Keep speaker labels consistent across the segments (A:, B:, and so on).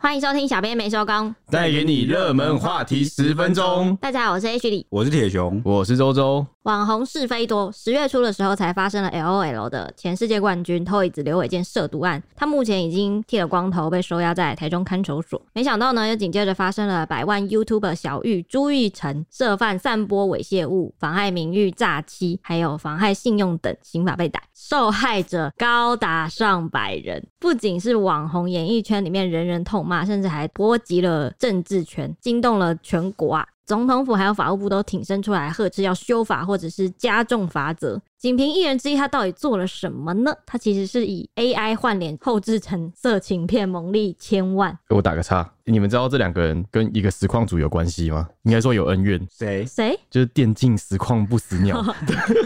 A: 欢迎收听《小编没收工》，
B: 带给你热门话题十分钟。
A: 大家好，我是 H 李。
C: 我是铁熊，
B: 我是周周，
A: 网红是非多，十月初的时候才发生了 L O L 的前世界冠军偷椅子刘伟健涉毒案，他目前已经剃了光头，被收押在台中看守所。没想到呢，又紧接着发生了百万 YouTuber 小玉朱玉成涉犯散播猥亵物、妨害名誉、诈欺，还有妨害信用等刑法被逮，受害者高达上百人，不仅是网红，演艺圈里面人人痛骂，甚至还波及了政治圈，惊动了全国啊！总统府还有法务部都挺身出来呵斥要修法或者是加重罚则。仅凭一人之一，他到底做了什么呢？他其实是以 AI 换脸后制成色情片，蒙利千万。？
B: 我打个岔，你们知道这两个人跟一个实况组有关系吗？应该说有恩怨，
C: 谁
A: 谁？
B: 就是电竞实况不死 鸟。
A: 啊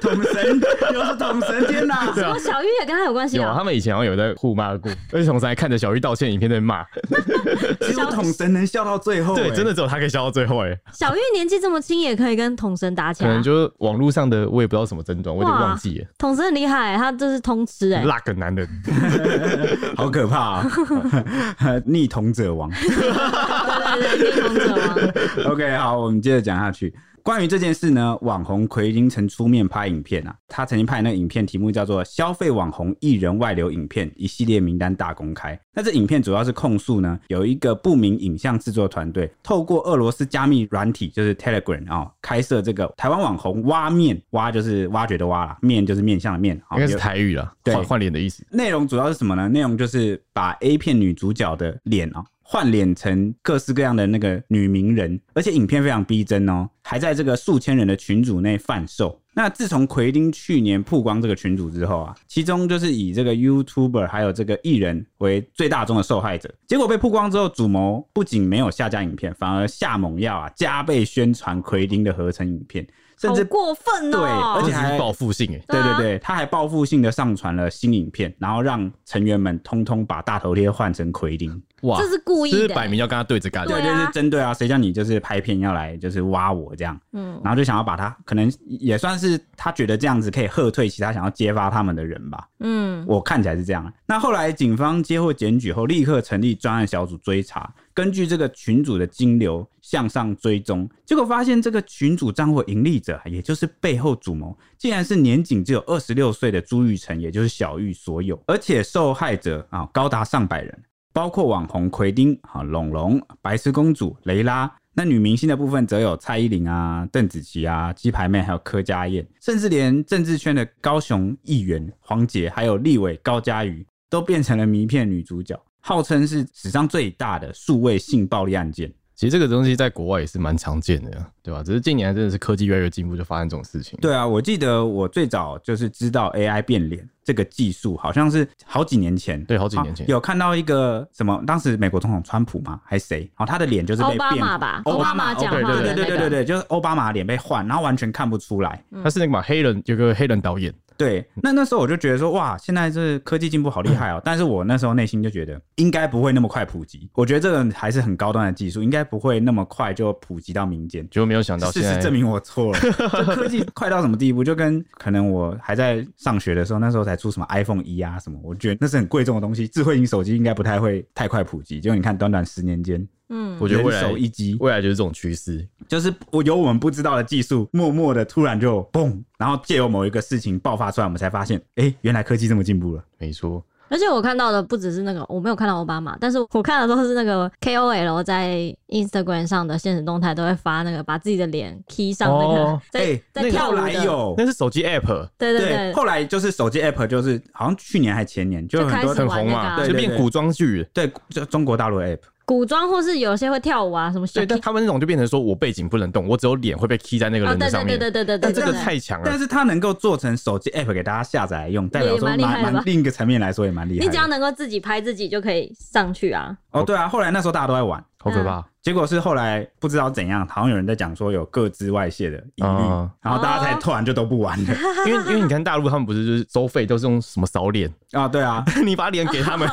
C: 统神， 又是统神，天哪！
A: 什么哦小玉也跟他有关系
B: 啊有啊，
A: 啊？
B: 他们以前好像有在互骂过，而且同时还看着小玉道歉影片在骂。
A: 哦
C: 只有统神能笑到最后、
B: 对，
C: 哎
B: 真的只有他可以笑到最后，哎，
A: 小玉年纪这么轻，也可以跟统神打起
B: 可
A: 来
B: 能
A: 啊。
B: 就是网络上的，我也不知道什么症状，我有点
A: 哇
B: 忘记了。
A: 统神很厉害、他这是通吃哎、
B: 辣个男的，
C: 好可怕、 啊！逆同者亡。
A: 对对对，逆风者王。
C: OK，好，我们接着讲下去。关于这件事呢，网红奎林曾出面拍影片啊，他曾经拍那个影片题目叫做《消费网红艺人外流影片》，一系列名单大公开。那这影片主要是控诉呢，有一个不明影像制作团队透过俄罗斯加密软体，就是 Telegram 啊、开设这个台湾网红挖面，挖就是挖掘的挖啦，面就是面向的面，啊
B: 应该是台语啦，
C: 对
B: 换换脸的意思。
C: 内容主要是什么呢？内容就是把 A 片女主角的脸哦，换脸成各式各样的那个女名人，而且影片非常逼真哦，还在这个数千人的群组内贩售。那自从奎丁去年曝光这个群组之后啊，其中就是以这个 YouTuber 还有这个艺人为最大宗的受害者。结果被曝光之后，主谋不仅没有下架影片，反而下猛药啊，加倍宣传奎丁的合成影片，甚
A: 好
C: 至
A: 过分哦、
C: 对而
B: 这
C: 且
B: 只是报复性，哎，
A: 对
C: 对
A: 啊
C: 对对，他还报复性的上传了新影片，然后让成员们通通把大头贴换成奎丁。
B: 哇
A: 这是故意的
B: 这是摆明要跟他对着干。
A: 对啊
C: 就是针对啊，谁叫你就是拍片要来就是挖我这样，
A: 嗯，
C: 然后就想要把他，可能也算是他觉得这样子可以喝退其他想要揭发他们的人吧。
A: 嗯，
C: 我看起来是这样啊。那后来警方接获检举后，立刻成立专案小组追查，根据这个群主的金流向上追踪，结果发现这个群主账户盈利者，也就是背后主谋，竟然是年仅只有二十六岁的朱玉成，也就是小玉所有，而且受害者啊高达上百人。包括网红奎丁、啊龙龙、白痴公主、雷拉。那女明星的部分则有蔡依林啊、邓紫棋啊、鸡排妹，还有柯佳燕，甚至连政治圈的高雄议员黄杰，还有立委高嘉瑜，都变成了迷片女主角，号称是史上最大的数位性暴力案件。
B: 其实这个东西在国外也是蛮常见的，对吧？只是近年来真的是科技越来越进步，就发生这种事情。
C: 对啊，我记得我最早就是知道 AI 变脸这个技术，好像是好几年前。
B: 对好几年前
C: 啊有看到一个什么，当时美国总统川普嘛，还是谁？然后他的脸就是被
A: 奥
C: 变
A: 巴马吧
C: 奥巴
A: 奥巴马
C: 马
A: 讲话
C: 对
B: 的
C: 对对
A: 那个
C: 对对对，就是奥巴马脸被换，然后完全看不出来。
B: 他是那个嘛黑人，有个黑人导演，
C: 对，那那时候我就觉得说，哇，现在这科技进步好 厉害哦！但是我那时候内心就觉得，应该不会那么快普及。我觉得这个还是很高端的技术，应该不会那么快就普及到民间。
B: 结果没有想到
C: 事
B: 现
C: 实
B: 在
C: 证明我 错了，就科技快到什么地步，就跟可能我还在上学的时候，那时候才出什么 iPhone 一啊什么，我觉得那是很贵重的东西，智慧型手机应该不太会太快普及。结果你看，短短十年间，
A: 嗯，
B: 我觉得未来
C: 人手一机
B: 未来就是这种趋势。
C: 就是我有我们不知道的技术，默默的突然就嘣，然后借由某一个事情爆发出来，我们才发现，哎、原来科技这么进步了。
B: 没错，
A: 而且我看到的不只是那个，我没有看到奥巴马，但是我看的都是那个 KOL 在 Instagram 上的现实动态都会发那个把自己的脸 key 上那个、
B: 哦
A: 在、
C: 哎
A: 在跳舞
C: 后
A: 的，
C: 来有。
B: 那是手机 app
A: 对对对，
C: 后来就是手机 app，就是好像去年还前年，就有很
A: 就开
C: 多
A: 始
B: 很
A: 玩
B: 红
A: 那
B: 嘛，
A: 个啊
B: 就变古装剧。
C: 对，就中国大陆的 app，
B: 嗯
A: 古装或是有些会跳舞啊什么小
B: 对，但他们那种就变成说我背景不能动，我只有脸会被 key 在那个
A: 啊
B: 人
A: 对
B: 的上
A: 对对
B: 面。
A: 对对对对，
B: 哎但这个
A: 对
B: 太强
C: 但
B: 了，
C: 是它能够做成手机 app 给大家下载来用，代表
A: 也
C: 说
A: 蛮厉害的吧
C: 蛮另一个层面来说也蛮厉害
A: 你
C: 的。
A: 只要能够自己拍自己就可以上去啊，
C: 哦，对啊，后来那时候大家都在玩，
A: 嗯
B: 好可怕！
C: 结果是后来不知道怎样，好像有人在讲说有各自外泄的疑虑，
B: 哦
C: 然后大家才突然就都不玩了
B: 因为因为你看大陆他们不是就是收费都是用什么扫脸，
C: 啊、对啊，
B: 你把脸给他们，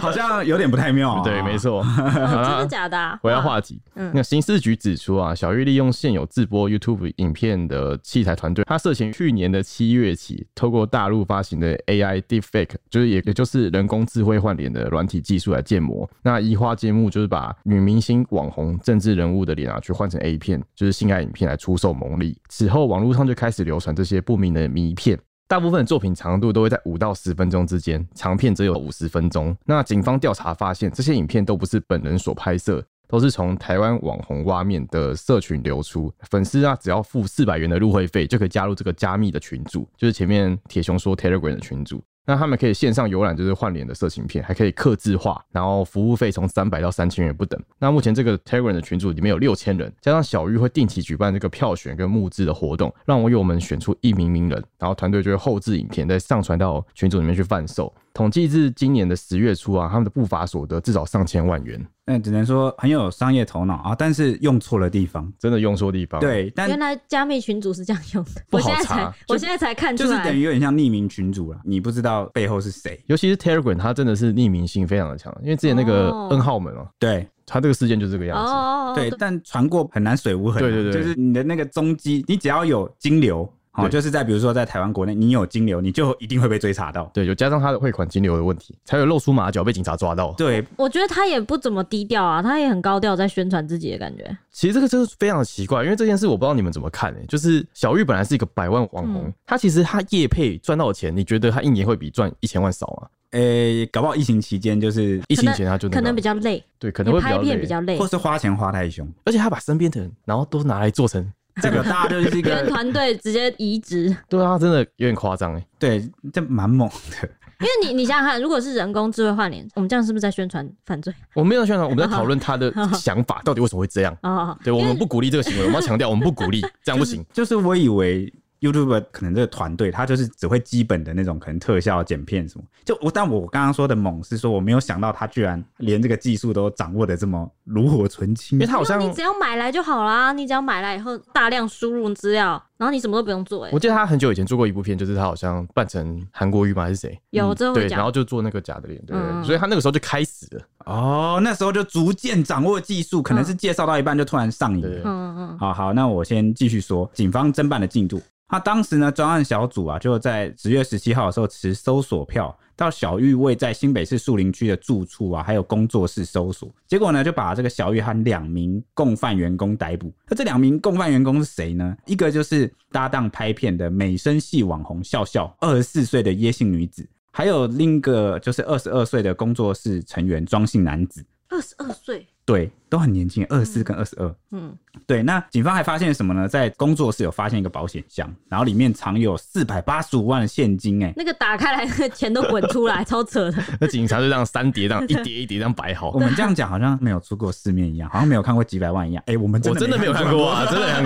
C: 好像有点不太妙、啊。
B: 对，没。错。
A: 哦真
B: 好
A: 的
B: 了
A: 假的、啊？
B: 回到
A: 哇
B: 话题，
A: 嗯
B: 那刑事局指出啊，小玉利用现有制播 YouTube 影片的器材团队，他涉嫌去年的七月起，透过大陆发行的 AI Deepfake，就是也也就是人工智慧换脸的软体技术来建模。那移花接木就是把女明星、网红、政治人物的脸啊，去换成 A 片，就是性爱影片来出售牟利。此后，网络上就开始流传这些不明的迷片。大部分的作品长度都会在五到十分钟之间，长片只有五十分钟。那警方调查发现，这些影片都不是本人所拍摄，都是从台湾网红蛙面的社群流出。粉丝啊，只要付四百元的入会费，就可以加入这个加密的群组，就是前面铁熊说 Telegram 的群组。那他们可以线上浏览，就是换脸的色情片，还可以刻字化，然后服务费从三百到三千元不等。那目前这个 Telegram 的群组里面有六千人，加上小玉会定期举办这个票选跟募资的活动，让网友们选出一名名人，然后团队就会后置影片再上传到群组里面去贩售。统计至今年的十月初啊，他们的不法所得至少上千万元，
C: 那只能说很有商业头脑啊，但是用错了地方。
B: 真的用错地方。，
C: 对，但
A: 原来加密群组是这样用的，
B: 不
A: 我
B: 好
A: 现在
B: 查
A: 才
B: 就
A: 我现在才看出
C: 就是
A: 来，
C: 等于有点像匿名群主了，你不知道背后是谁。
B: 尤其是 Telegram，它真的是匿名性非常的强，因为之前那个
A: 哦
B: N 号门啊，
C: 对
B: 它这个事件就是这个
A: 哦
B: 样子。
A: 哦，哦
C: 对，，但传过很难水无痕啊。
B: 对对对
C: 就是你的那个踪迹，你只要有金流，好，
B: 对
C: 就是在比如说在台湾国内，你有金流，你就一定会被追查到。
B: 对，有加上他的汇款金流的问题，才有露出马脚被警察抓到。
C: 对，
A: 我觉得他也不怎么低调啊，他也很高调在宣传自己的感觉。
B: 其实这个真的是非常的奇怪，因为这件事我不知道你们怎么看、欸、就是小玉本来是一个百万网红，
A: 嗯
B: 他其实他业配赚到的钱，你觉得他一年会比赚一千万少吗？
C: 诶，搞不好疫情期间就是，
B: 疫情前他就那个
A: 可
B: 啊
A: 能比较累，
B: 对，
A: 可
B: 可能会比
A: 拍
B: 较
A: 片
B: 累，
A: 比较累
C: 或，是花钱花太凶，
B: 而且他把身边的人，然后都拿来做成，
C: 这个大家就是一
A: 跟
C: 个
A: 团队直接移植。
B: 对啊，真的有点夸张哎。
C: 对，这蛮猛的。
A: 因为你你想想看，如果是人工智慧换脸，我们这样是不是在宣传犯罪
B: 我没有宣传，我们在讨论他的想法到底为什么会这样。
A: 哦，
B: 对我们不鼓励这个行为，我们要强调我们不鼓 励，这样不行。
C: 就是我以为 YouTube 可能这个团队，他就是只会基本的那种可能特效剪片什么。就我，但我刚刚说的猛是说，我没有想到他居然连这个技术都掌握的这么炉火纯青
B: 因为。他好
A: 那
B: 像
A: 你只要买来就好啦，你只要买来以后大量输入资料，然后你什么都不用做、欸，
B: 我记得他很久以前做过一部片，就是他好像扮成韩国瑜嘛还是谁，
A: 有这
B: 嗯对，
A: 会
B: 然
A: 讲
B: 后就做那个假的脸，对对
A: 哦嗯
B: 对，所以他那个时候就开始了，
C: 哦，那时候就逐渐掌握技术，可能是介绍到一半就突然上瘾
B: 对
C: 了
B: 嗯对。
A: 嗯嗯
C: 好好，那我先继续说警方侦办的进度。那当时呢，专案小组啊，就在十月十七号的时候持搜索票到小玉位在新北市树林区的住处啊，还有工作室搜索。结果呢，就把这个小玉和两名共犯员工逮捕。那这两名共犯员工是谁呢？一个就是搭档拍片的美声系网红笑笑，二十四岁的耶姓女子。还有另一个就是二十二岁的工作室成员庄姓男子，
A: 嗯，二十二岁，
C: 对，都很年轻，二十四跟二十二。
A: 嗯，
C: 对，那警方还发现什么呢？在工作室有发现一个保险箱，然后里面藏有四百八十五万的现金、哎，
A: 那个打开来，那个钱都滚出来， 超扯的。
B: 那警察就这样三叠，这样一叠一叠这样摆好
C: 我。们这样讲好像没有出过世面一样，好像没有看过几百万一样。哎、我们
B: 我真的没有看过啊，真的没看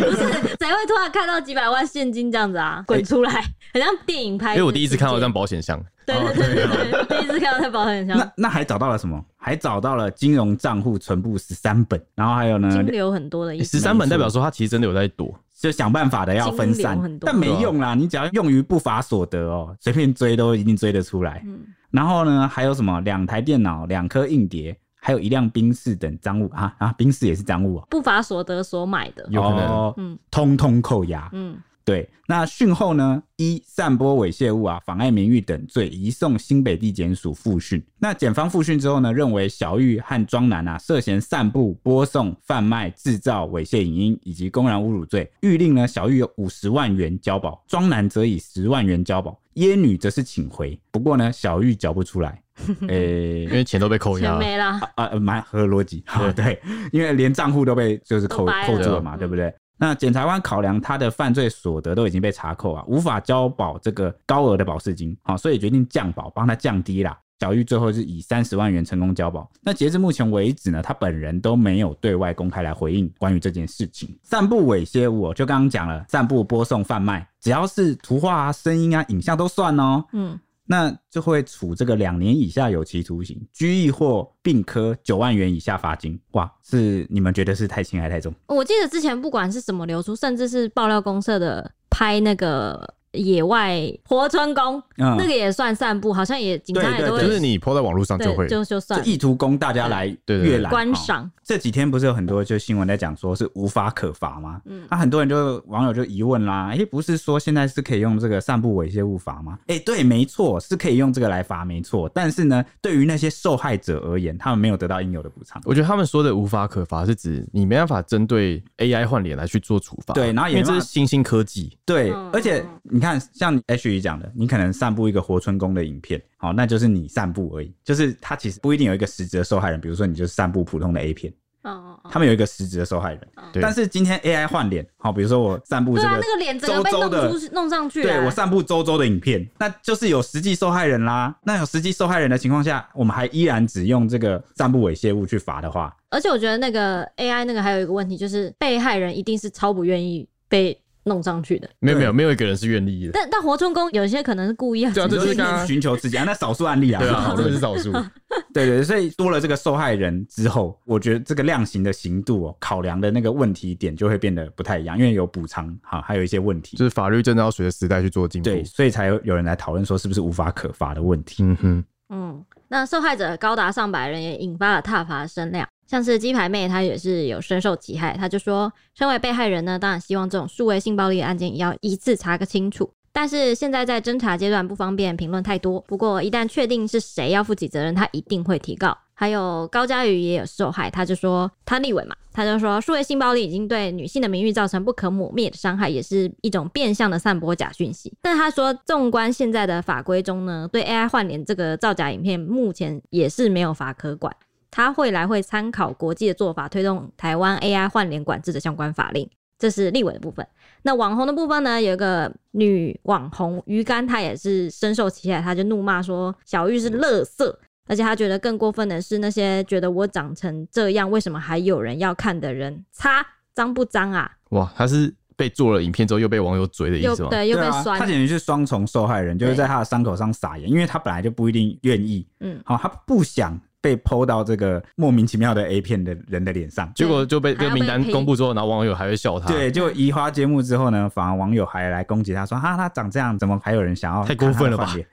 B: 过。
A: 谁会突然看到几百万现金这样子啊？滚出来，很像电影拍。
B: 哎因为我第一次看到这哦张，保险箱，
A: 对对对对对，第一次看到在保险箱
C: 那，那还找到了什么？还找到了金融账户存部十三本，然后还有呢
A: 金，流很多的意思。
B: 十三本代表说他其实真的有在躲，
C: 就想办法的要分
A: 金流
C: 散
A: 很，多
C: 但没用啦。你只要用于不法所得哦，随便追都一定追得出来。
A: 嗯
C: 然后呢，还有什么？两台电脑、两颗硬碟，还有一辆宾士等赃物啊啊！宾士也是赃物哦，
A: 不法所得所买的，
B: 有可能
C: 哦
A: 嗯
C: 通通扣押。
A: 嗯，
C: 对，那讯后呢？一散播猥亵物啊、妨碍名誉等罪，移送新北地检署复讯。那检方复讯之后呢，认为小玉和庄南啊涉嫌散布、播送、贩卖、制造猥亵影音以及公然侮辱罪，预令呢小玉有五十万元交保，庄南则以十万元交保，耶女则是请回。不过呢，小玉缴不出来，诶、
B: 因为钱都被扣
A: 钱
B: 押。
A: 没啦，
C: 啊，呃蛮合逻辑，好对，因为连账户都被就是
A: 都
C: 扣
A: 掰
C: 扣
A: 了
C: 住了嘛，
A: 嗯
C: 对不对？那检察官考量他的犯罪所得都已经被查扣啊，无法交保这个高额的保释金，好、所以决定降保，帮他降低啦。小玉最后是以三十万元成功交保。那截至目前为止呢，他本人都没有对外公开来回应关于这件事情。散布猥亵物哦、就刚刚讲了，散布、播送、贩卖，只要是图画啊、声音啊、影像都算哦。
A: 嗯，
C: 那就会处这个两年以下有期徒刑、拘役或并科九万元以下罚金。哇，是你们觉得是太轻还太重？
A: 我记得之前不管是什么流出，甚至是爆料公社的拍那个野外活春宫，
C: 嗯，
A: 那个也算散步，好像也警察也
C: 对
A: 都
C: 对
A: 会
B: 就是你抛在网络上就
A: 对
B: 会，
A: 就就算
C: 这意图供大家来
B: 对对对
C: 阅览
A: 观
C: 哦
A: 赏，
C: 这几天不是有很多就新闻在讲说是无法可罚吗？啊
A: 嗯
C: 那、很多人就网友就疑问啦，诶，不是说现在是可以用这个散布猥亵物罚吗？诶，对，没错，是可以用这个来罚，没错。但是呢，对于那些受害者而言，他们没有得到应有的补偿。
B: 我觉得他们说的无法可罚是指你没办法针对 AI 换脸来去做处罚，
C: 对然后也
B: 因为这是
C: 没办法
B: 新兴科技，
C: 对，
A: 嗯
C: 而且你看，像 H 宇讲的，你可能散布一个活春宫的影片，好，那就是你散布而已，就是他其实不一定有一个实质的受害人，比如说你就是散布普通的 A 片，
A: 嗯嗯
C: 他们有一个实质的受害人。
B: 对
C: 但是今天 AI 换脸，好，比如说我散布
A: 对
C: 这
A: 啊，
C: 个
A: 那个脸整个被
C: 周周
A: 弄
C: 的
A: 出去弄上去
C: 对
A: 啊
C: 我散布周周的影片，那就是有实际受害人啦。那有实际受害人的情况下，我们还依然只用这个散布猥亵物去罚的话，
A: 而且我觉得那个 AI 那个还有一个问题，就是被害人一定是超不愿意被弄上去的。
B: 没有
C: 对
B: 没有没有一个人是愿意的，
A: 但但活春宫有些可能是故意要
B: 对啊
C: 你
B: 这
C: 就
B: 就是是刚刚
C: 寻求刺激啊。那少数案例啊，
B: 对啊，
C: 讨
B: 这
C: 论
B: 是少数，
C: 对对，对所以多了这个受害人之后，我觉得这个量刑的刑度哦，考量的那个问题点就会变得不太一样，因为有补偿哈，还有一些问题。
B: 就是法律真的要随着时代去做进步。
C: 对，所以才有有人来讨论说是不是无法可罚的问题。
B: 嗯哼，
A: 嗯，那受害者高达上百人，也引发了挞伐声量。像是鸡排妹，她也是有深受其害。她就说，身为被害人呢，当然希望这种数位性暴力的案件也要一次查个清楚。但是现在在侦查阶段不方便评论太多。不过一旦确定是谁要负起责任，她一定会提告。还有高佳瑜也有受害，她就说她立委嘛，她就说数位性暴力已经对女性的名誉造成不可抹灭的伤害，也是一种变相的散播假讯息。但她说，纵观现在的法规中呢，对 AI 换脸这个造假影片，目前也是没有法可管。她未来会参考国际的做法，推动台湾 AI 换脸管制的相关法令。这是立委的部分。那网红的部分呢，有一个女网红鱼竿，她也是深受其害，她就怒骂说小玉是垃圾，而且她觉得更过分的是那些觉得我长成这样，为什么还有人要看的人，擦脏不脏啊？
B: 哇，他是被做了影片之后又被网友追的意
A: 又
B: 思吗？
A: 对又
C: 对
A: 被
C: 啊，
A: 酸
C: 他，简直是双重受害人，就是
A: 对
C: 在他的伤口上撒盐，因为他本来就不一定愿意，
A: 嗯，
C: 好、他不想被剖到这个莫名其妙的 A 片的人的脸上。
B: 结果就被
A: 还
B: 这
A: 要
B: 个
A: 被
B: 名单
A: 批
B: 公布之后，然后网友还会笑他，
C: 对，就移花接木之后呢，反而网友还来攻击他说：“哈，他长这样，怎么还有人想要
B: 太过分了吧
C: 看他的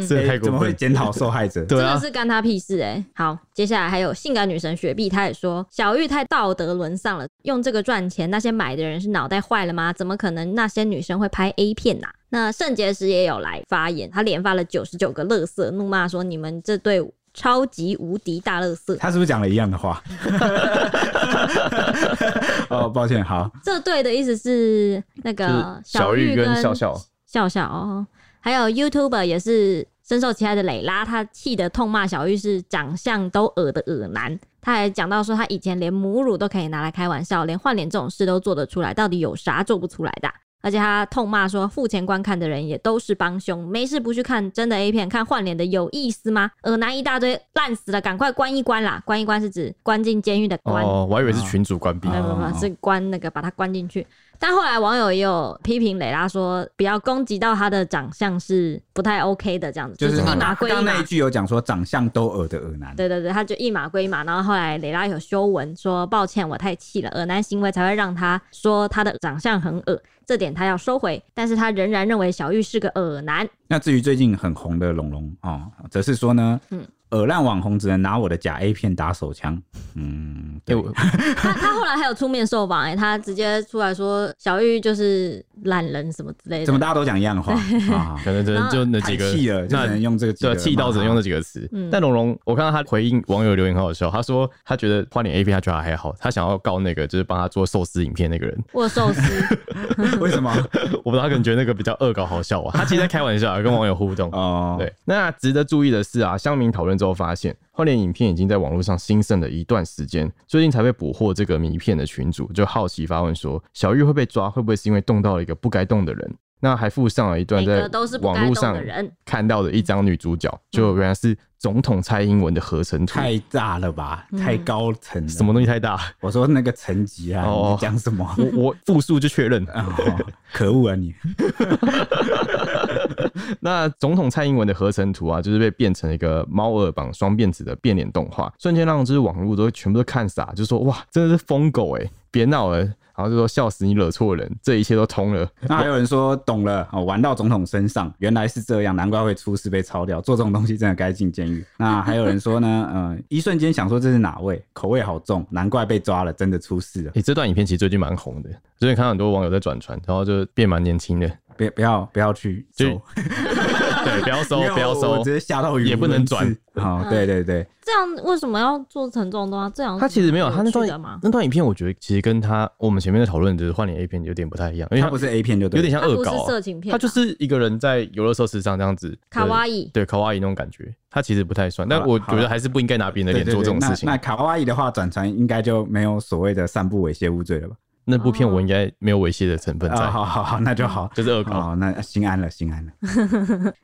A: 嗯
B: 这
C: 换脸？
B: 也太
C: 哎怎
B: 过
C: 么会
B: 分，
C: 检讨受 害者？
B: 对
A: 真
B: 啊
A: 的，是干他屁事哎、好，接下来还有性感女神雪碧，她也说小玉太道德沦丧了，用这个赚钱，那些买的人是脑袋坏了吗？怎么可能那些女生会拍 A 片呐、那肾结石也有来发言，他连发了九十九个乐色，怒骂说你们这对超级无敌大乐色，
C: 他是不是讲了一样的 话？哦，抱歉，好，
A: 这对的意思是那个
C: 呃
B: 就是小
A: 玉
B: 玉
A: 跟
B: 跟笑笑，
A: 笑笑哦，还有 YouTuber 也是深受其害的蕾拉，她气得痛骂小玉是长相都恶的恶男。她还讲到说，她以前连母乳都可以拿来开玩笑，连换脸这种事都做得出来，到底有啥做不出来的啊、而且她痛骂说，付钱观看的人也都是帮凶，没事不去看真的 A 片，看换脸的有意思吗？恶男一大堆，烂死了，赶快关一关啦！关一关是指关进监狱的关，
B: 哦，我还以为是
C: 啊
B: 群主关闭
A: 没，有没有没有，是关那个把他关进去。但后来网友也有批评蕾拉说，不要攻击到她的长相是不太 OK 的，这样子
C: 就是
A: 一
C: 他
A: 码
C: 刚
A: 归一
C: 刚那一
A: 码。
C: 句有讲说长相都耳的耳男，
A: 对对对，他就一码归一码。然后后来蕾拉有修文说，抱歉，我太气了，恶男行为才会让他说他的长相很恶，这点他要收回。但是他仍然认为小玉是个恶 男。
C: 那至于最近很红的龙龙哦，则是说呢，
A: 嗯
C: 嗯，耳烂网红只能拿我的假 A 片打手枪，嗯，对
B: 哎，我
A: 他他后来还有出面受访，哎，他直接出来说小玉就是懒人什么之类
C: 怎么
A: 的。
C: 大家都讲一样 的话啊？
B: 可能只能就那几个
C: 太气了，就只
B: 那
C: 能用这个几
B: 对
C: 个
B: 啊，气到只能用
C: 骂
B: 那几个词
A: 嗯。
B: 但龙龙，我看到他回应网友留言很好笑，他说他觉得花脸 A 片他觉得还好，他想要告那个就是帮他做寿司影片那个人，
A: 握寿 司，
C: 他为什么？
B: 我不知道他可能觉得那个比较恶搞好笑啊，他其实在开玩笑啊，跟网友互动。
C: 哦，
B: 对，那值得注意的是啊，乡民讨论之后发现，花莲影片已经在网络上兴盛了一段时间，最近才被捕获这个迷片的群主就好奇发问说，小玉会被抓会不会是因为动到了一个不该动的人？那还附上了一段
A: 每
B: 在
A: 个都是不
B: 网
A: 该
B: 络
A: 动
B: 上
A: 的人，嗯
B: 看到的一张女主角，就原来是总统蔡英文的合成图，
C: 太大了吧，太高层了
B: 什么？东西太大？
C: 我说那个层级啊，
B: 哦
C: 你讲什么？
B: 我我复述就确认。
C: 哦可恶啊你！
B: 那总统蔡英文的合成图啊，就是被变成一个猫耳绑双辫子的变脸动画，瞬间让就是网络都全部都看傻，就说哇，真的是疯狗哎、别闹了，然后就说笑死你惹错人，这一切都通了。
C: 那还有人说懂了，哦，玩到总统身上，原来是这样，难怪会出事被抄掉。做这种东西真的该进监狱。 那还有人说呢，呃，一瞬间想说这是哪位，口味好重，难怪被抓了，真的出事了。
B: 诶、这段影片其实最近蛮红的，最近看到很多网友在转传，然后就变蛮年轻的。
C: 别不要不要去
B: 就
C: 搜，
B: 对，不要收
C: 因为，我
B: 不要
C: 我
B: 收
C: 直。接吓到语无
B: 也不能
C: 伦次
B: 转。
C: 哦，对对对，
A: 这样为什么要做成这种东西？这样
B: 他其实没有，他那
A: 做
B: 段
A: 的吗？
B: 那段影片，我觉得其实跟他我们前面在讨论的换脸 A 片有点不太一样，因为
C: 它
B: 他
C: 不是 A 片就对
B: 有
C: 了，
B: 点像
A: 它
B: 恶
A: 不是
B: 搞啊、
A: 色情片啊，
B: 他就是一个人在游乐设施上这样子，
A: 卡哇伊。
B: 对卡哇伊那种感觉，他其实不太算，
C: 好啦啊
B: 但我觉得还是不应该拿别人的
C: 对
B: 脸
C: 对
B: 做这
C: 对。
B: 种
C: 那
B: 事情
C: 那。卡哇伊的话，转传应该就没有所谓的散布猥亵物罪了吧？
B: 那部片我应该没有猥亵的成分
C: 啊，
B: 在，嗯
C: 好好好，那就好。
B: 就是恶搞。
C: 哦，那心安了，心安了。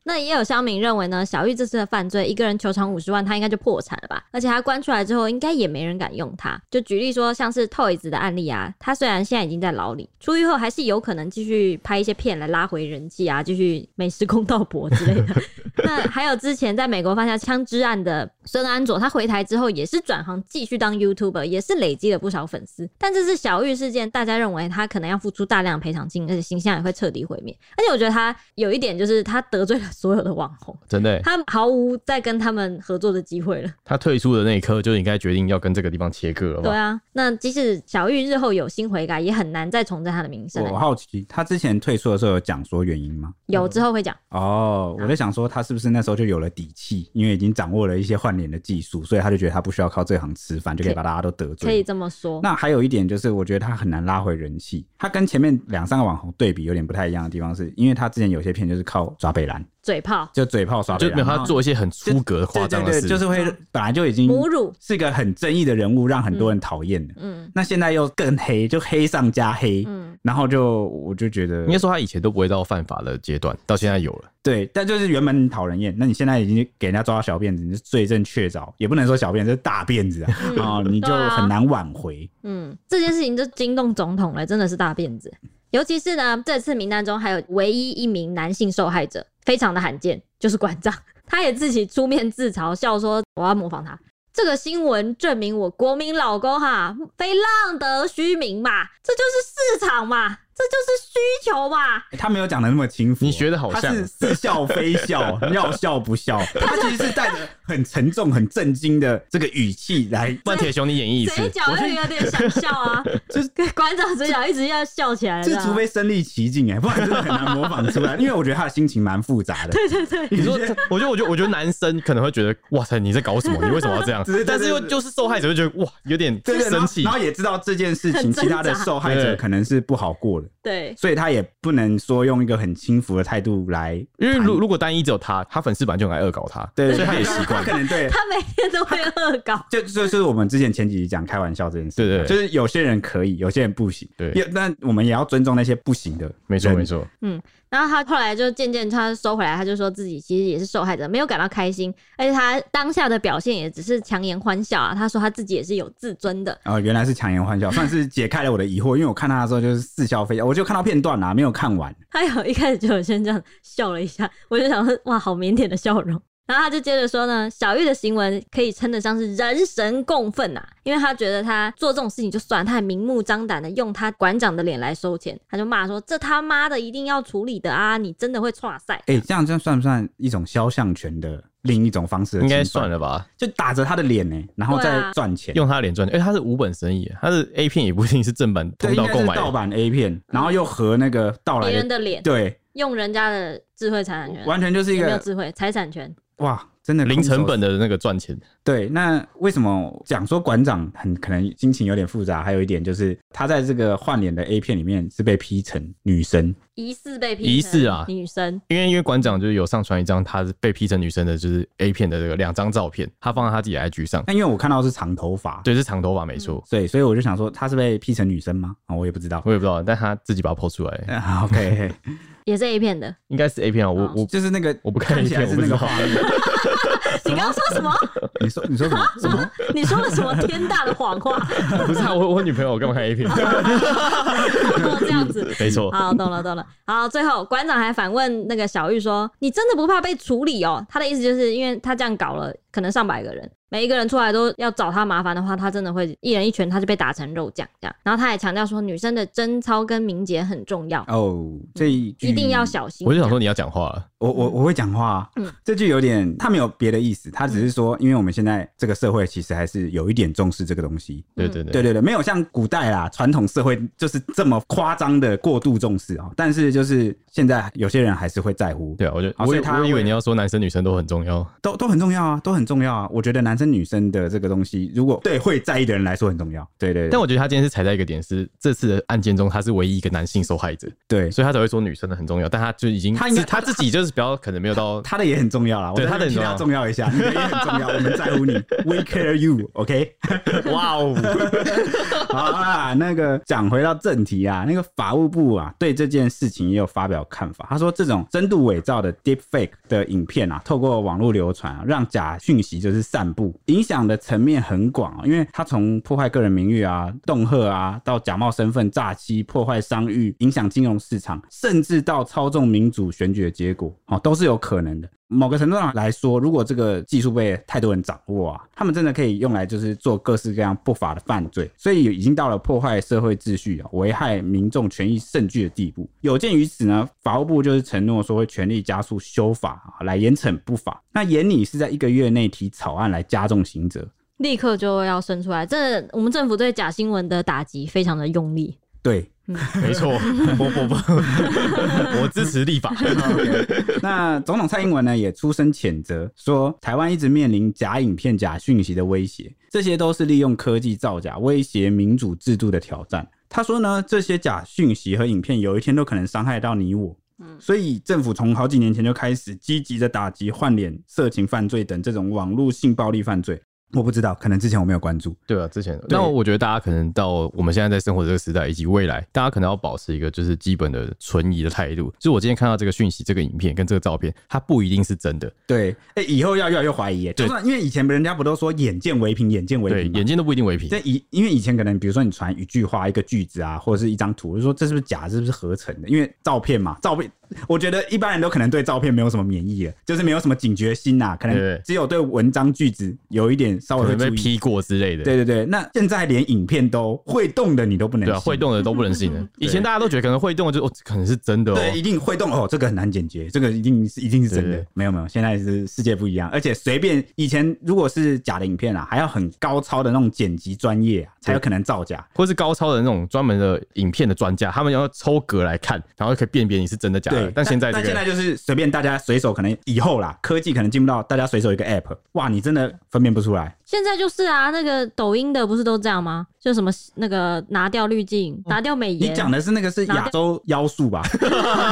A: 那也有乡民认为呢，小玉这次的犯罪，一个人求偿五十万，他应该就破产了吧？而且他关出来之后，应该也没人敢用他。就举例说，像是 Toys 的案例啊，他虽然现在已经在牢里，出狱后还是有可能继续拍一些片来拉回人气啊，继续美食公道博之类的。 那还有之前在美国犯下枪支案的孙安佐，他回台之后也是转行继续当 YouTuber，也是累积了不少粉丝。但这次小玉事件，大家认为他可能要付出大量赔偿金，而且形象也会彻底毁灭。而且我觉得他有一点就是他得罪了所有的网 红，
B: 真的欸，
A: 他毫无再跟他们合作的机会了。
B: 他退出的那一刻就应该决定要跟这个地方切割了
A: 对
B: 吧？
A: 啊，那即使小玉日后有心悔改，也很难再重振他的名声了。
C: 我好奇，他之前退出的时候有讲说原因吗？
A: 有之后会讲。
C: 哦，
B: 嗯
C: 我在想说，他是不是那时候就有了底气，因为已经掌握了一些换脸的技术，所以他就觉得他不需要靠这行吃饭，就可以把大家都得
A: 可以
C: 罪。
A: 这么说，
C: 那还有一点就是，我觉得他很难拉回人气。他跟前面两三个网红对比有点不太一样的地方是，因为他之前有些片就是靠抓北兰，
A: 嘴炮、
C: 就嘴炮
A: 啊
C: 刷
B: 就
C: 北
B: 没有
C: 兰，
B: 他
C: 然后
B: 做一些很出格的夸张的
C: 对对
B: 事
C: 对，，就是会本来就已经
A: 侮辱，
C: 是个很正义的人物，让很多人讨厌的。
A: 嗯
C: 那现在又更黑，就黑上加黑，
A: 嗯，
C: 然后就我就觉得
B: 应该说他以前都不会到犯法的阶段，到现在有了。
C: 对，但就是原本讨人厌，那你现在已经给人家抓到小辫子，你是罪证确凿，也不能说小辫子，这是大辫子啊，
A: 嗯
C: 啊、你就
A: 对啊
C: 很难挽回。
A: 嗯，这件事情就惊动总统了，真的是大辫子。尤其是呢，这次名单中还有唯一一名男性受害者，非常的罕见，就是馆长。 他也自己出面自嘲，笑说我要模仿他。这个新闻证明我国民老公哈，非浪得虚名嘛，这就是市场嘛，这就是需求嘛。
C: 欸他没有讲的那么轻浮哦，
B: 你学得好像
C: 他是似笑非 笑，要笑 不笑。他其实是带着很沉重、很震惊的这个语气来，
B: 万铁雄，你演绎一
A: 嘴
B: 次，
A: 角又有点想笑 啊，馆长嘴角一直要笑起来
C: 这
A: 的啊。
C: 除非身临其境哎，不然真的很难模仿出来。因为我觉得他的心情蛮复杂的，对对对，
B: 你说，我觉得，我觉得，我觉得男生可能会觉得，哇塞，你在搞什么？你为什么要 这样
C: 对对对？
B: 但是又
C: 对
B: 就是受害者会觉得，哇，有点
C: 对对，然
B: 生
C: 后
B: 气
C: 然。后也知道这件事情，
A: 很挣扎
C: 其他的受害者
B: 对
C: 可能是不好过的，
A: 对，
C: 所以他也不能说用一个很轻浮的态度来
B: 因为如如果单一只有他，他粉丝版就很爱恶搞他，
C: 对，
B: 所以他也
C: 习惯，可能对。
A: 他每天都会恶搞。
C: 就就就是我们之前前几集讲开玩笑这件事，
B: 对对对
C: 就是有些人可以，有些人不行，
B: 对
C: 也，但我们也要尊重那些不行的人，
B: 没错没错。
A: 然后他后来就渐渐他收回来，他就说自己其实也是受害者，没有感到开心，而且他当下的表现也只是强颜欢笑啊。他说他自己也是有自尊的，
C: 哦，原来是强颜欢笑，算是解开了我的疑惑，因为我看他的时候就是似笑非笑，我就看到片段啦、没有看完。
A: 他有一开始就有先这样笑了一下，我就想说哇，好腼腆的笑容。然后他就接着说呢，小玉的行为可以称得上是人神共愤呐、因为他觉得他做这种事情就算了，他还明目张胆的用他馆长的脸来收钱，他就骂说这他妈的一定要处理的啊，你真的会错赛。
C: 哎、这样这样算不算一种肖像权的另一种方式？
B: 应该算
C: 了，
B: 了吧，
C: 就打着他的脸呢、然后
A: 对啊
C: 再赚钱。
B: 用他的脸赚钱，因为他是无本生意，他的 A 片也不一定是正版通
C: 对，应
B: 道
C: 该
B: 购
C: 是
B: 买
C: 盗
B: 的，
C: 版 A 片，然后又和那个盗来
A: 别人
C: 的，
A: 的脸
C: 对，
A: 用人家的智慧财产权，
C: 完全就是一
A: 有没有
C: 个
A: 智慧财产权？
C: 哇，真的
B: 零成
C: 空手
B: 本的那个赚钱，
C: 对，那为什么讲说馆长很可能心情有点复杂？还有一点就是，他在这个换脸的 A 片里面是被批成女生，
A: 疑似被批
B: 疑
A: 成
B: 似啊
A: 女生
B: 因为因为馆长就是有上传一张他是被 P 成女生的，就是 A 片的这个两张照片，他放在他自己的 IG 上，
C: 那因为我看到是长头发，
B: 对，是长头发没错，
C: 对，所以我就想说他是被批成女生吗？啊、我也不知道。
B: 我也不知道，但他自己把它 PO 出来，
C: 啊 OK，
A: 也是 A 片 的。
B: 应该是 A 片啊，我
A: 哦
B: 我
C: 就是那个
B: 我不看
C: 看起来
B: A 片
C: 是那个
B: 我不知道
C: 画 面。
A: 你刚刚说什么？
C: 你说你说什么？什么？
A: 你说了什么天大的谎 话？
B: 不是啊，我我女朋友我干嘛看 A 片？
A: 哦这样 子。
B: 没错，
A: 好，懂了，懂了。好，最后馆长还反问那个小玉说：“你真的不怕被处理哦？”他的意思就是因为他这样搞了，可能上百个人，每一个人出来都要找他麻烦的话，他真的会一人一拳，他就被打成肉酱这样。然后他还强调说，女生的贞操跟名节很重要，
C: 哦，这一句
A: 一定要小心。
B: 嗯我就想说你要讲话了，
C: 我我我会讲话啊、
A: 嗯
C: 这句有点，他没有别的意思，他只是说，因为我们现在这个社会其实还是有一点重视这个东西。
B: 对对
C: 对
B: 对，
C: 对对，没有像古代啦，传统社会就是这么夸张的过度重视啊、但是就是现在有些人还是会在乎，
B: 对啊，我就
C: 好
B: 我
C: 所以
B: 以
C: 他
B: 我以
C: 会
B: 为你要说男生女生都很重要，
C: 都都很重要啊，都很重要啊。我觉得男生女生的这个东西，如果对会在意的人来说很重要。对对对，
B: 但
C: 我
B: 我觉得他今天是踩在一个点是，这次的案件中他是唯一一个男性受害者，
C: 对
B: 所以他才会说女生的很重要，但他就已经
C: 他应该
B: 自他自己就是比较可能没有到
C: 他的也很重要啦，我
B: 对
C: 在
B: 他的很
C: 替
B: 重
C: 他
B: 要
C: 重要一下，你的也很 重要，我们在乎你，We care you，OK？、哇哦， 好啦，那个讲回到正题啊，那个法务部啊，对这件事情也有发表看法，他说这种深度伪造的 deepfake 的影片啊，透过网络流传、啊，让假讯息就是散布，影响的层面很广、啊，因为它从破坏个人名誉啊、恫吓啊，到假冒身份、诈欺、破坏商誉、影响金融市场，甚至到操纵民主选举的结果，哦，都是有可能的。某个程度上来说，如果这个技术被太多人掌握啊，他们真的可以用来就是做各式各样不法的犯罪，所以已经到了破坏社会秩序啊、危害民众权益甚巨的地步。有鉴于此呢，法务部就是承诺说会全力加速修法啊，来严惩不法。那严拟是在一个月内提草案来加重刑责。
A: 立刻就要生出来。这我们政府对假新闻的打击非常的用力。
C: 对，
B: 没错，我我我我支持立法，
C: 那总统蔡英文呢也出声谴责，说台湾一直面临假影片、假讯息的威胁，这些都是利用科技造假威胁民主制度的挑战。他说呢，这些假讯息和影片有一天都可能伤害到你我。
B: 嗯
C: 所以政府从好几年前就开始积极的打击换脸、色情犯罪等这种网络性暴力犯罪。我不知道，可能之前我没有关注。
B: 对啊，之前那我觉得大家可能到我们现在在生活的这个时代以及未来，大家可能要保持一个就是基本的存疑的态度。就是我今天看到这个讯息、这个影片跟这个照片，它不一定是真的，
C: 对，哎、以后要越来越怀疑耶，就
B: 对
C: 算因为以前人家不都说眼见为凭，眼见为
B: 对，
C: 凭嘛，
B: 眼睛都不一定为凭。
C: 这以因为以前可能比如说你传一句话、一个句子啊，或者是一张图，就说这是不是假，这是不是合成的？因为照片嘛，照片，我觉得一般人都可能对照片没有什么免疫了，就是没有什么警觉心呐、可能
B: 对
C: 只有对文章句子有一点稍微
B: 可
C: 会
B: 能被
C: 注意。
B: 批过之类的，
C: 对对对，那现在连影片都会动的你都不能
B: 对啊，
C: 信
B: 会动的都不能信的。以前大家都觉得可能会动的就哦，可能是真的哦。
C: 对，一定会动哦，这个很难解决，这个一定是一定是真
B: 对
C: 的
B: 对，
C: 没有没有，现在是世界不一样，而且随便以前如果是假的影片啊，还要很高超的那种剪辑专业啊，才有可能造假。
B: 或是高超的那种专门的影片的专家，他们要抽格来看，然后可以辨别你是真的假的
C: 对，。
B: 但现在这
C: 但现在
B: 个
C: 就是随便大家随手可能以后啦，科技可能进步到大家随手一个 app，哇，你真的分辨不出来。
A: 现在就是啊，那个抖音的不是都这样吗？就什么那个拿掉滤镜、拿掉美
C: 哦你
A: 颜，
C: 讲的是那个是亚洲妖术 吧？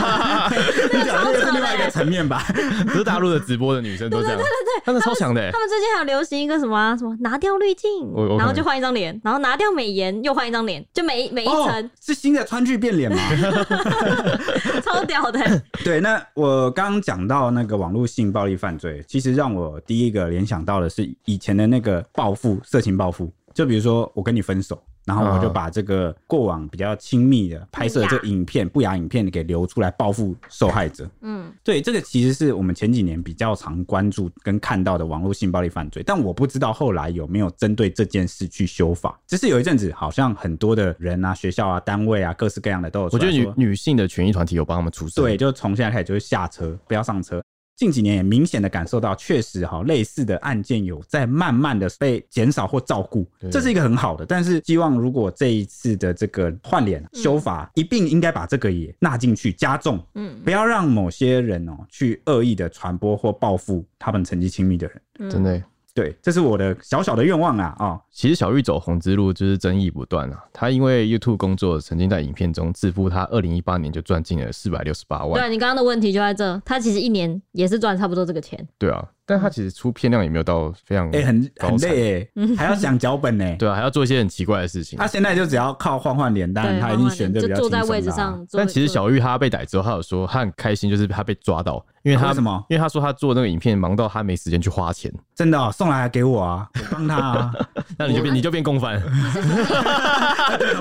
C: 你讲的那个是另外一个层面吧？
B: 不是大陆的直播的女生都 这样，他们超强的欸
A: 他。们最近还有流行一个什么、啊、什么拿掉滤镜
B: 我我，
A: 然后
B: 看
A: 就换一张脸，然后拿掉美颜又换一张脸，就每 每一层、
C: 哦，是新的川剧变 脸吗？哦
A: 超屌 的、
C: 对，那我刚刚讲到那个网络性暴力犯罪，其实让我第一个联想到的是以前的那个报复，色情报复。就比如说我跟你分手，然后我
A: 啊
C: 就
B: 嗯
C: 把这个过往比较亲密的拍摄的这个影片、不雅影片给流出来报复受害者。
A: 嗯，
C: 对，这个其实是我们前几年比较常关注跟看到的网络性暴力犯罪，但我不知道后来有没有针对这件事去修法。只是有一阵子，好像很多的人啊、学校啊、单位啊，各式各样的都有出
B: 我
C: 来
B: 觉
C: 说。
B: 得女女性的权益团体有帮他们出声，
C: 对，，就从现在开始就是下车，不要上车。近几年也明显的感受到，确实哈、类似的案件有在慢慢的被减少或照顾，
B: 对
C: 这是一个很好的。但是希望如果这一次的这个换脸修法、一并应该把这个也纳进去，加重，
A: 嗯
C: 不要让某些人哦去恶意的传播或报复他们曾经亲密的人。
A: 嗯
B: 真的欸。
C: 对，这是我的小小的愿望啊啊、哦
B: 其实小玉走红之路就是争议不断啊。他因为 YouTube 工作，曾经在影片中自负他二零一八年就赚进了四百六十八万。
A: 对你刚刚的问题就在这，他其实一年也是赚差不多这个钱，
B: 对啊，但他其实出片量也没有到非常
C: 哎、很
B: 嗯高
C: 很
B: 产
C: 累哎、
A: 嗯
C: 还要想脚本呢、
B: 对啊，还要做一些很奇怪的事情
C: 他。现在就只要靠换换脸蛋，
A: 对，
C: 他已
A: 缓
C: 经
A: 缓
C: 选
A: 地
C: 对比
A: 就
C: 较
A: 坐在
C: 轻松
A: 位置
C: 的啊
A: 上。坐
B: 但其实
A: 坐
B: 小玉她被逮之后，她有说她很开心，就是她被抓到，因为
C: 啊
B: 她
C: 为什么？
B: 因为她说她做那个影片忙到她没时间去花钱，
C: 真的、哦、送来给我啊，我帮他啊，
B: 那你就变你就变共犯。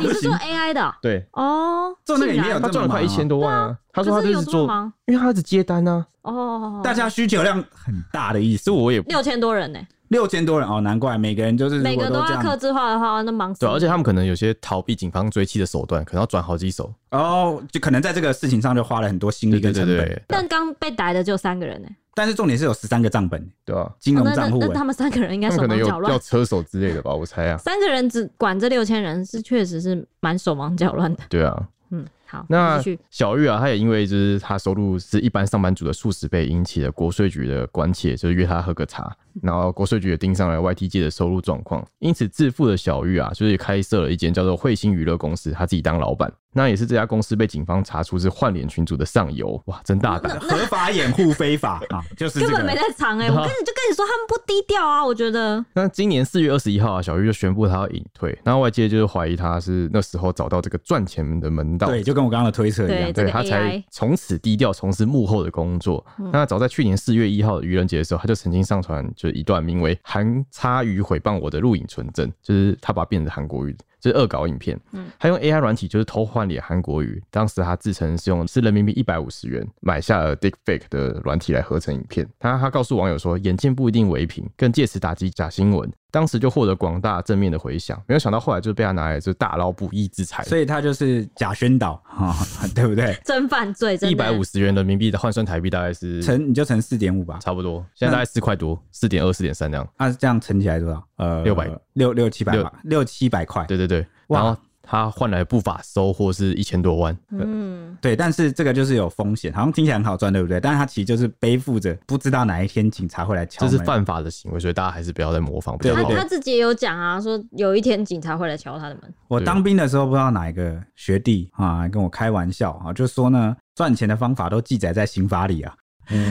A: 你是做 AI 的
B: 对，
A: 哦？
C: 做那个
A: 竟
C: 里面有
A: 然
B: 她赚了快一千多万啊！她说
A: 可
B: 她
A: 是
B: 就
A: 有
B: 是
A: 这么
B: 做，
A: 忙
B: 因为她一直接单啊。
A: 哦，
C: 大家需求量很大的意思
B: 这。我也
A: 六千多人呢，
C: 六千多人哦，难怪每个人就是
A: 每
C: 如果
A: 个都
C: 这
A: 要刻
C: 样
A: 字化的话，那忙死
B: 对，啊
A: 了。
B: 而且他们可能有些逃避警方追击的手段，可能要转好几手。
C: 哦，就可能在这个事情上就花了很多心
B: 对
C: 力
B: 对
C: 跟
B: 对
C: 成本。
B: 对，
A: 但刚被逮的只有三个人呢，
C: 但是重点是有十三个账本，
B: 对啊，
C: 金
A: 哦
C: 融
A: 那
C: 账户
A: 那那
C: 哎
A: 他们三个人应该
B: 他们
A: 手
B: 可能
A: 忙
B: 有
A: 脚
B: 要
A: 乱。
B: 车手之类的吧，我猜啊。
A: 三个人只管这六千人是确实是蛮手忙脚乱的。
B: 对啊，
A: 嗯，好，
B: 那
A: 继续。
B: 小玉啊，她也因为就是她收入是一般上班族的数十倍，引起了国税局的关切，就是约她喝个茶。
A: 嗯
B: 然后国税局也盯上了 YT 界的收入状况，因此致富的小玉啊，就是也开设了一间叫做彗星娱乐公司，她自己当老板。那也是这家公司被警方查出是换脸群组的上游，哇，真大
A: 嗯
B: 胆！
C: 合法掩护非法啊，就是这
A: 根
C: 个
A: 本没在藏 哎、我跟你就跟你说，他们不低调啊，我觉得
B: 那今年四月二十一号啊，小玉就宣布她要隐退，那外界就是怀疑她是那时候找到这个赚钱的门道，
C: 对，就跟我刚刚的推测一样
A: 对。这
B: 对
A: 个
B: 他才
A: AI
B: 从此低调从事幕后的工作。
A: 嗯
B: 那早在去年四月一号的愚人节的时候，他就曾经上传就是一段名为“韩插鱼诽谤我的录影存证”，就是他把它变成韩国语，就是恶搞影片。
A: 嗯
B: 他用 AI 软体就是偷换脸韩国语，当时他自称是用是人民币一百五十元买下了 Deepfake 的软体来合成影片。他他告诉网友说，眼见不一定为凭，更借此打击假新闻。当时就获得广大正面的回响，没有想到后来就被他拿来就大捞不义之财。
C: 所以他就是假宣导啊， 对不对？
A: 真犯罪，真的
B: 一百五十元人民币的换算台币大概是
C: 乘你就乘四点五吧，
B: 差不多，现在大概四块多，四点二、四点三这样。
C: 啊，这样乘起来多少？呃，
B: 600
C: 六六七百吧，六七百块。
B: 对对对，
C: 哇
B: 然后他换来不法收获是一千多万，
A: 嗯，
C: 对，但是这个就是有风险，好像听起来很好赚，对不对？但是他其实就是背负着不知道哪一天警察会来敲
B: 这
C: 门，
B: 是犯法的行为，所以大家还是不要再模仿比较
C: 对
A: 他
B: 好。
C: 对
A: 啊他自己也有讲啊，说有一天警察会来敲他的门，
C: 我当兵的时候，不知道哪一个学弟啊跟我开玩笑啊，就说呢，赚钱的方法都记载在刑法里啊，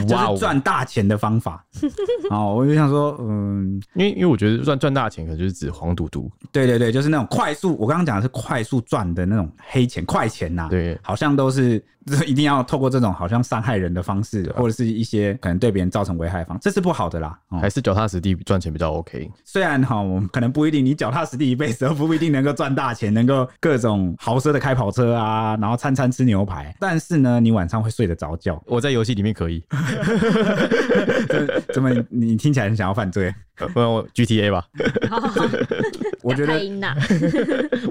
C: 就
B: 哇哦
C: 是赚大钱的方法。哦，我就想说，嗯，
B: 因为因为我觉得赚赚大钱可能就是指黄赌毒，
C: 对对对，就是那种快速，我刚刚讲的是快速赚的那种黑钱、快钱呐、
B: 对
C: 好像都是 这一定要透过这种好像伤害人的方式，或者是一些可能对别人造成危害的方式，这是不好的啦。哦
B: 还是脚踏实地赚钱比较 OK。
C: 虽然哈，我们可能不一定，你脚踏实地一辈子都不一定能够赚大钱，能够各种豪奢的开跑车 啊，然后餐餐吃牛排，但是呢，你晚上会睡得着觉。
B: 我在游戏里面可以，
C: 怎么你你听起来很想要犯 罪？
B: 不然我 GTA 吧，
A: 好好好
C: 我觉得
A: 太。阴了，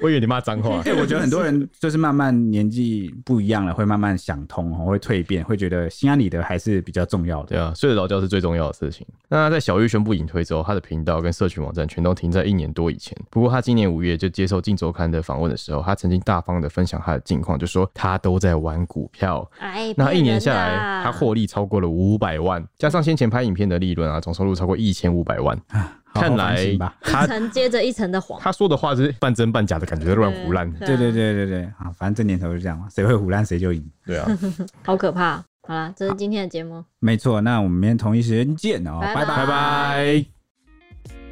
B: 我以为你骂脏话。
C: 哎、我觉得很多人就是慢慢年纪不一样了，会慢慢想通哦，会蜕变，会觉得心安理得还是比较重要的。
B: 对啊，睡得着觉是最重要的事情。那在小玉宣布隐退之后，他的频道跟社群网站全都停在一年多以前。不过他今年五月就接受《镜周刊》的访问的时候，他曾经大方的分享他的近况，就说他都在玩股票。
A: 哎，
B: 那
A: 骗
B: 一年
A: 人
B: 下
A: 的啊
B: 来，他获利超过了五百万，加上先前拍影片的利润啊，总收入超过一千五百万。
C: 啊好好
B: 看
C: 反
B: 来
C: 省吧
A: 一
B: 他
A: 层接着一层的谎，
B: 他说的话就是半真半假的感觉，在乱胡乱。
A: 对
C: 对
A: 啊
C: 对对对对啊，反正这年头就这样嘛，谁会胡乱谁就赢。
B: 对啊，
A: 好可怕。好啦，这是今天的节目。
C: 没错，那我们明天同一时间见哦，
A: 拜
C: 拜拜
B: 拜拜。